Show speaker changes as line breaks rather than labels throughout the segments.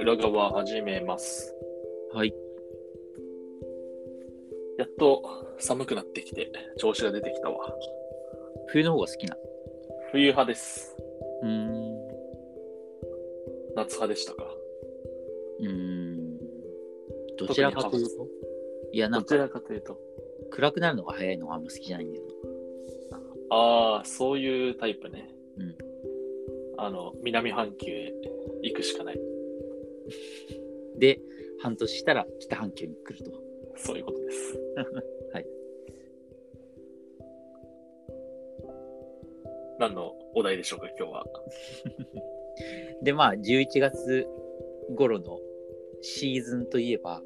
裏側始めます。
はい。
やっと寒くなってきて、調子が出てきたわ。
冬の方が好きな。
冬派です。
うーん。
夏派でしたか。
うーん。どちらかというといや、な
ど
ん
ち
から
かというと。
暗くなるのが早いのがあんま好きじゃないんだよね。
ああ、そういうタイプね。
うん。
あの、南半球へ行くしかない。
で、半年したら北半球に来ると。
そういうことです。
はい。
何のお題でしょうか、今日は。
で、まあ、11月頃のシーズンといえば、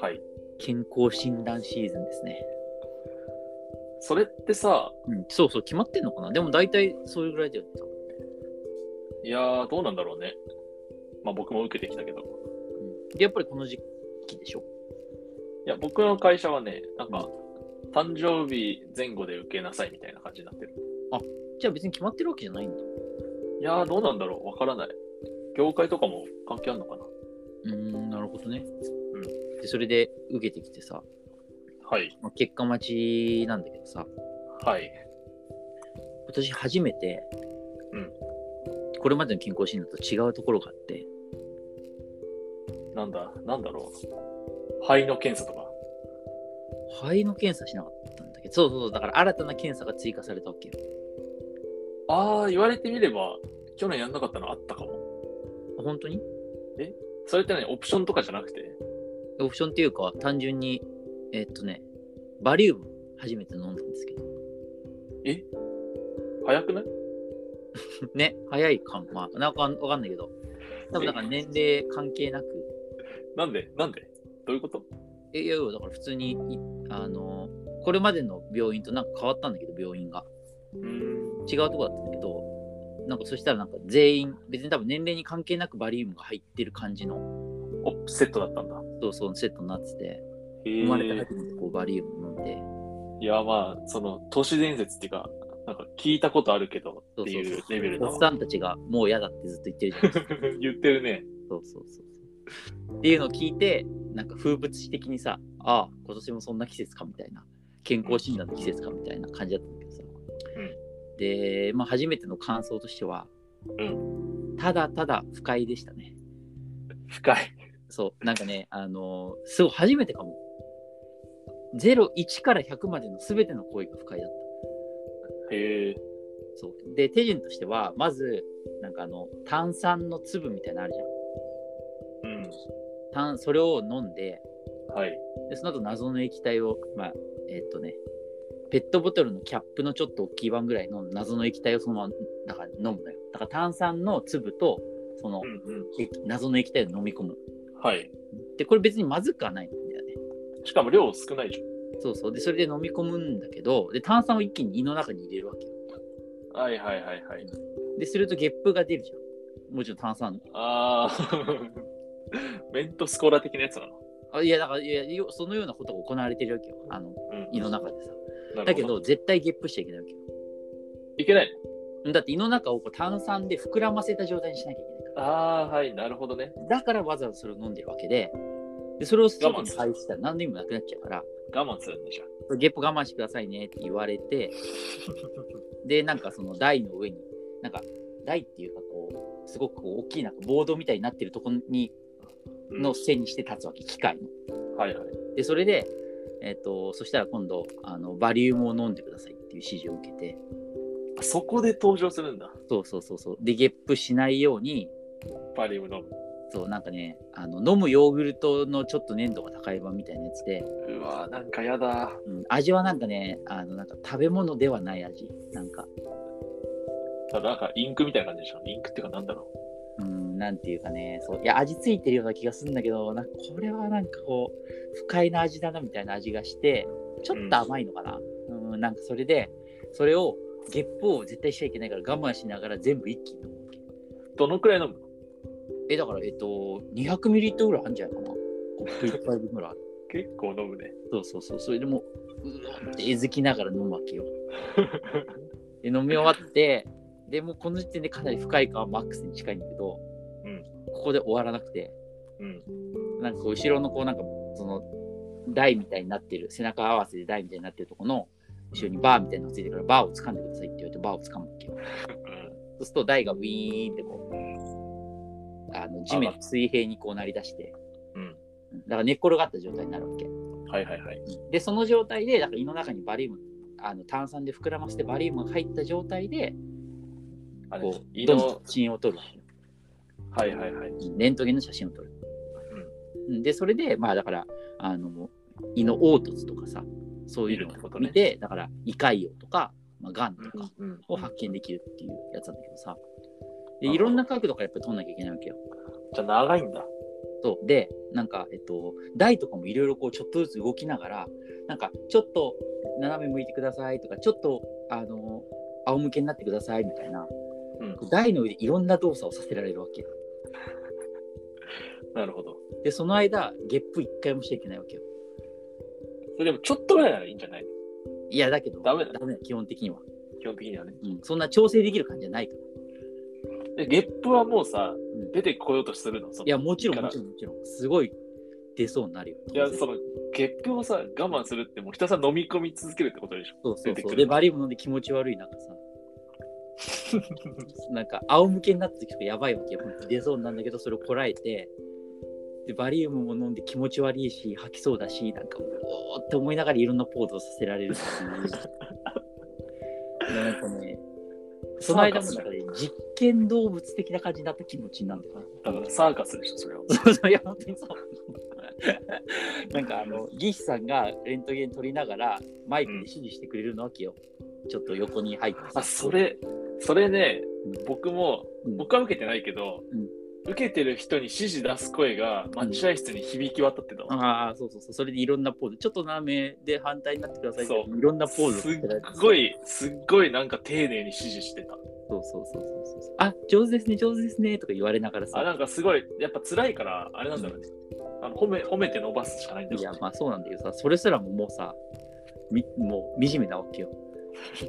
はい。
健康診断シーズンですね。
それってさ、
うん、そうそう、決まってんのかなでも大体そういうぐらいだよね。多分
いやー、どうなんだろうね。まあ僕も受けてきたけど。
うんで、やっぱりこの時期でしょ。
いや、僕の会社はね、なんか、誕生日前後で受けなさいみたいな感じになってる。
じゃあ別に決まってるわけじゃないんだ。
いやー、どうなんだろうわからない。業界とかも関係あるのかな
うーん、なるほどね。
うん
で、それで受けてきてさ、
はい。
まあ、結果待ちなんだけどさ、
はい。
今年初めて、
うん
これまでの健康診断と違うところがあって、
なんだ、なんだろう。肺の検査とか。
肺の検査しなかったんだけど、そうそうそう、だから新たな検査が追加されたわけよ。
あー、言われてみれば、去年やんなかったのあったかも。
あ本当に
それってね、オプションとかじゃなくて。
オプションっていうか、単純に、えっとね、バリウム初めて飲んだんですけど、
早くない
ね、早いか、まあ、なんかわかんないけど、多分なんか年齢関係なく、
なんでなんでどういうこと
えいやいや、だから普通に、いあの、これまでの病院となんか変わったんだけど、病院が。
うーん。
違うとこだったんだけど、なんかそしたらなんか全員、別に多分年齢に関係なくバリウムが入ってる感じの、
お、セットだったんだ。
そうそうセットになってて、
へ
生まれて
ー。
初めてこうバリウム飲んで、
いや、まあ、その、都市伝説っていうか、なんか聞いたことあるけどっていうレベル
おっ
の。
さんたちがもう嫌だってずっと言ってるじゃ ないですか。
言ってるね。
そうそうそうそう。っていうのを聞いて、なんか風物詩的にさ、ああ、今年もそんな季節かみたいな、健康診断の季節かみたいな感じだったんだけどさ。で、まあ、初めての感想としては、
う
ただただ不快でしたね。
深い。
そう、なんかね、あのーすごい初めてかも。0、1から100までの全ての行為が不快だった。
へえ。
そう。で、手順としては、まず、なんかあの、炭酸の粒みたいなのあるじゃん。
うん。
炭それを飲んで、
はい。
でその後謎の液体を、まあ、えっとね、ペットボトルのキャップのちょっと大きい版ぐらいの謎の液体をそのまま、だから飲むのよ。だから炭酸の粒と、その、
うん
液謎の液体を飲み込む。
うん。はい。
で、これ別にまずくはないんだよね。
しかも量少ないじ
そうそう。で、それで飲み込むんだけど、で、炭酸を一気に胃の中に入れるわけよ。
ゃん。はいはいはいはい。
で、するとゲップが出るじゃん。もちろん炭酸。
あー。 メントスコーラ的なやつなの。
あいや、だから、いや、よそのようなことが行われてるわけよ。あの、
うん
胃の中でさ。
なるほ
だけど、絶対ゲップしちゃいけないわけ
いけない。
よ。だって胃の中をこう炭酸で膨らませた状態にしなきゃいけないから。
あー、はい。なるほどね。
だからわざわざそれを飲んでるわけで、でそれを外に排したら何の意味もなくなっちゃうから、
我慢するんでし ょ。
ゲップ我慢してくださいねって言われて、で、なんかその台の上に、なんか台っていうかこう、すごくこう大きいなんかボードみたいになってるところに
うん
の背にして立つわけ、機械の。
はいはい。
で、それで、えっ、と、そしたら今度、あの、バリウムを飲んでくださいっていう指示を受けて、
そこで登場するんだ。
そうそうそうそう。で、ゲップしないように、
バリウム飲む。
そう、なんかね、あの、飲むヨーグルトのちょっと粘度が高い版みたいなやつで、
うわー、なんかやだ。
うん、味はなんかね、あの、なんか食べ物ではない味。なんか、
ただなんかインクみたいな感じでしょ。インクっていうかなんだろ
うん、なんていうかね、そう、いや、味ついてるような気がするんだけど、なんかこれはなんかこう、不快な味だなみたいな味がして、ちょっと甘いのかな。うん、なんかそれで、それを、ゲップを絶対しちゃいけないから我慢しながら全部一気に飲むわけ。
う。どのくらい飲むの
え、だから、えっと、200ミリリットルぐらいあるんじゃないかな。コップ一杯分ぐらいある。
結構飲むね。
そうそうそう。それでもう、うわーってえずきながら飲むわけよ。で、飲み終わって、でもうこの時点でかなり深い感はマックスに近いんだけど、
うん
ここで終わらなくて
うん。
なんかこう後ろのこうなんかその台みたいになってる背中合わせで台みたいになってるとこの後ろにバーみたいなのがついてるからバーを掴んでくださいって言われてバーを掴むわけよそうすると台がウィーンってこうあの地面水平にこうなりだして
うん。
うんだから寝っ転がった状態になるわけ
うん。はいはいはい。
でその状態でだから胃の中にバリウムあの炭酸で膨らませてバリウムが入った状態で
あれ
こう、
胃
どん
の
どん、写真を撮る
はいはいはい。
レントゲンの写真を撮る。うんで、それで、まあだから、あの胃の凹凸とかさ、そういうの
見るってこ
を
とね
見て、だから胃潰瘍とか、まあ、癌とか
うん。うん
を発見できるっていうやつなんだけどさ、で
なるほど
いろんな角度からやっぱり撮んなきゃいけないわけよ。
じゃあ長いんだ。
そうで、なんか、えっと、台とかもいろいろこう、ちょっとずつ動きながら、なんか、ちょっと斜め向いてくださいとか、ちょっと、あの、仰向けになってくださいみたいな、
うん。
台の上でいろんな動作をさせられるわけ。
なるほど。
で、その間、ゲップ一回もしちゃいけないわけよ。
それでもちょっとぐらいならいいんじゃない
いや、だけど、
ダメだ
基本的には、
基本的にはね。
うん。そんな調整できる感じじゃないから。
で、ゲップはもうさ、
ん
出てこようとするの。その
いや、もちろん、
から
もちろん、もちろん、すごい出そうになるよ。
いや、その、ゲップをさ、我慢するって、もうひたすら飲み込み続けるってことでしょ。
そうそ
出
う
て
そ
く
う。
る
で、バリウム飲んで気持ち悪い中さ、なんか、仰向けになった時とかやばいわけよ。本当に出そうになるんだけど、それをこらえて、で、バリウムも飲んで気持ち悪いし、吐きそうだし、なんか、うおーって思いながらいろんなポーズをさせられるって いう。いやなんかね、 その間もなんかね、実験動物的な感じになった気持ちになるんだよね。
だからサーカスでしょ、それは。
そう そういや本当にそう。なんかあの技師さんがレントゲン取りながらマイクで指示してくれるのわけよ。ちょっと横に入ってさ
あ、そ。れ、それね
うん、
僕も、
うん
僕は受けてないけど、
うん
受けてる人に指示出す声が待合室に響き渡ってたわ。
ああそうそうそうそれでいろんなポーズちょっと斜めで反対になってくださいって
そう
いろんなポーズ
すっご
い
い、すっごいなんか丁寧に指示してた。
そうそうそうそうそうあ上手ですね上手ですねとか言われながら
あ、な
さ
んかすごい、やっぱ辛いから、あれなんだろうね。あの褒め褒めて伸ばすしかないんだ
い
ろ
や
うね。
まあそうなんだけどさそれすらももうさみもう惨めなわ けよ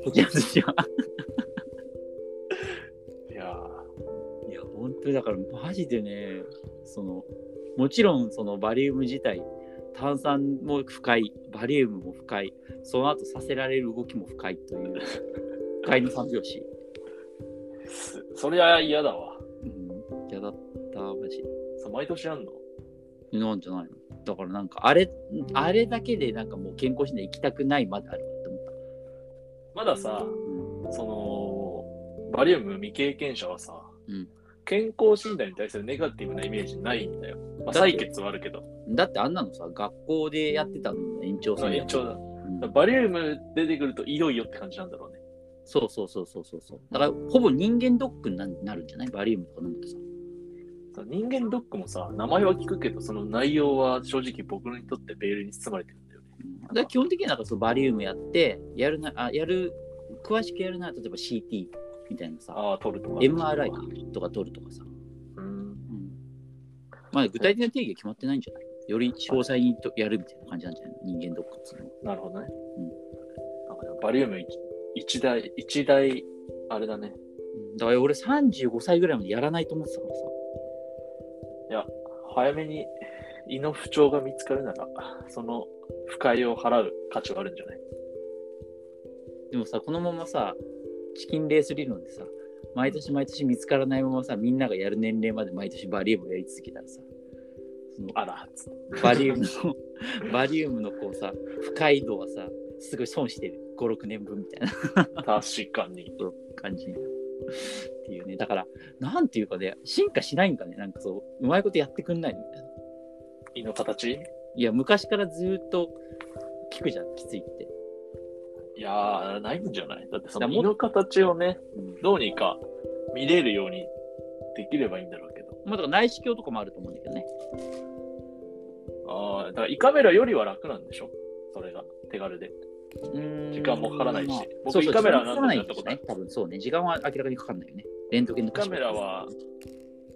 こちらとしてはい
やー
いや、本当にだから、マジでね、その、もちろん、そのバリウム自体、炭酸も深い、バリウムも深い、その後させられる動きも深い という、不快の三拍子。
すそれは嫌だわ。
うん、嫌だった、マジ。
そう毎年やんの
なんじゃないのだからなんか、あれ、あれだけでなんかもう健康診断行きたくないまであるわって思った。
まださ、その、バリウム未経験者はさ、
うん
健康診断に対するネガティブなイメージないんだよ。まあ、
だって
採血はあるけど、
うん、だってあんなのさ、学校でやってたの延長
そ
戦
の
で
延長だ。
うん
バリウム出てくるといよいよって感じなんだろうね。
そうそうそうそうそうそう。だから、ほぼ人間ドックにななるんじゃないバリウムとか飲むとさ。
その人間ドックもさ、名前は聞くけど、その内容は正直僕にとってベールに包まれてるんだよね。
だから基本的にはなんかそのバリウムやってやるなあやる詳しくやるなら例えば CT みたいなさ
ああ、取るとか。
MRI かとか取るとかさ、
うん。
まあ具体的な定義は決まってないんじゃないより詳細にとやるみたいな感じなんじゃない人間ドックっていうのは
なるほどね。
うん
なんかねバリウム一一大、一大、あれだね。
だから俺35歳ぐらいまでやらないと思ってたからさ
早めに胃の不調が見つかるなら、その不快を払う価値はあるんじゃない
でもさこのままさチキンレース理論でさ毎年毎年見つからないままさみんながやる年齢まで毎年バリウムやり続けたらさその
あら、つって
バリ ウムの、バリウムのこうさ、不快度はさ、すごい損してる。5、6年分みたいな
確かに。
感じになる。っていうね。だから、なんていうかね、進化しないんかね。なんかそう、うまいことやってくんないのみたいな。
胃の形
いや、昔からずーっと聞くじゃん、きついって。
いやー、ないんじゃないだってその
だ
胃の形をね、
うん
どうにか見れるようにできればいいんだろうけど。
まあ、だから内視鏡とかもあると思うんだけどね。
ああ、だから胃カメラよりは楽なんでしょそれが、手軽で。
うーん
時間もかからないし
まあ
僕
そうそう
胃カメラは
時間もかからない
何度かやったことある
ね。多分そうね。時間は明らかにかかんないよね。レントゲンの
胃カメラは、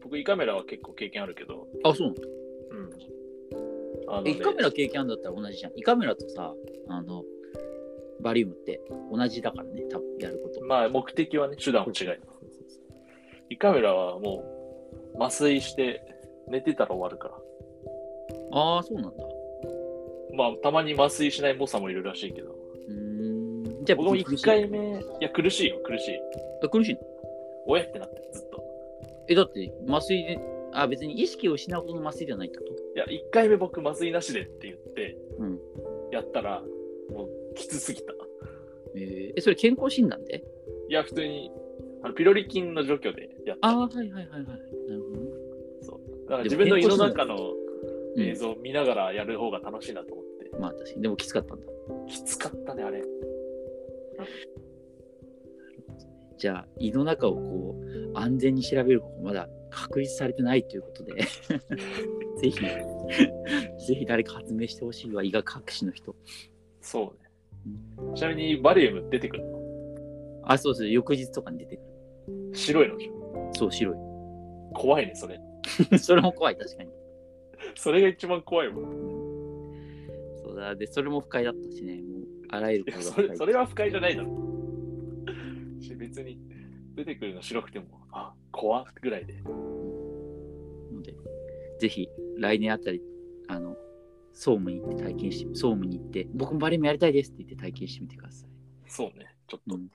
僕胃カメラは結構経験あるけど、
あ、そうなの
うん。あの
え
ね
胃カメラ経験あるんだったら同じじゃん。胃カメラとさ、あの、バリウムって同じだからね、多分やること。
まあ目的はね、手段は違います。胃カメラはもう麻酔して寝てたら終わるから。
ああ、そうなんだ。
まあ、たまに麻酔しない猛者もいるらしいけど。
うーん。じゃあ、
僕も
苦し
1回
い
目、いや、苦しいよ、苦しい。
あ苦しいの
おえってなってる、ずっと。
え、だって、麻酔で、あ、別に意識を失うほどの麻酔ではないってこと
いや、1回目僕麻酔なしでって言って、
うん
やったら、もうきつすぎた。
えーえ、それ健康診断で
いや、普通に、あのピロリ菌の除去でやった。
ああ、はいはいはいはい。なるほどね。
そうだから自分の胃の中の
うん
映像を見ながらやる方が楽しいなと思って。
まあ、確かに。でもきつかったんだ。
きつかったね、あれ。
じゃあ、胃の中をこう、安全に調べる方法まだ確立されてないということ で、ぜひ、ぜひ誰か発明してほしいわ、医学博士の人。
そうね。ちなみに、バリウム出てくるの
あ、そうそう、翌日とかに出てくる。
白いのじゃん。
そう、白い。
怖いね、それ。
それも怖い、 確かに。
それが一番怖いもん。
そうだ、で、それも不快だったしね、もう、あらゆ
い
る
や
ことが
それ
不
そ
快。
れは不快じゃないだろ。し別に、出てくるの白くても、あ、怖っぐらいで。
ので、ぜひ、来年あたり、あの、総務に行って体験して、総務に行って、僕もバレエもやりたいですって言って体験してみてください。
そうね。ちょっと
うん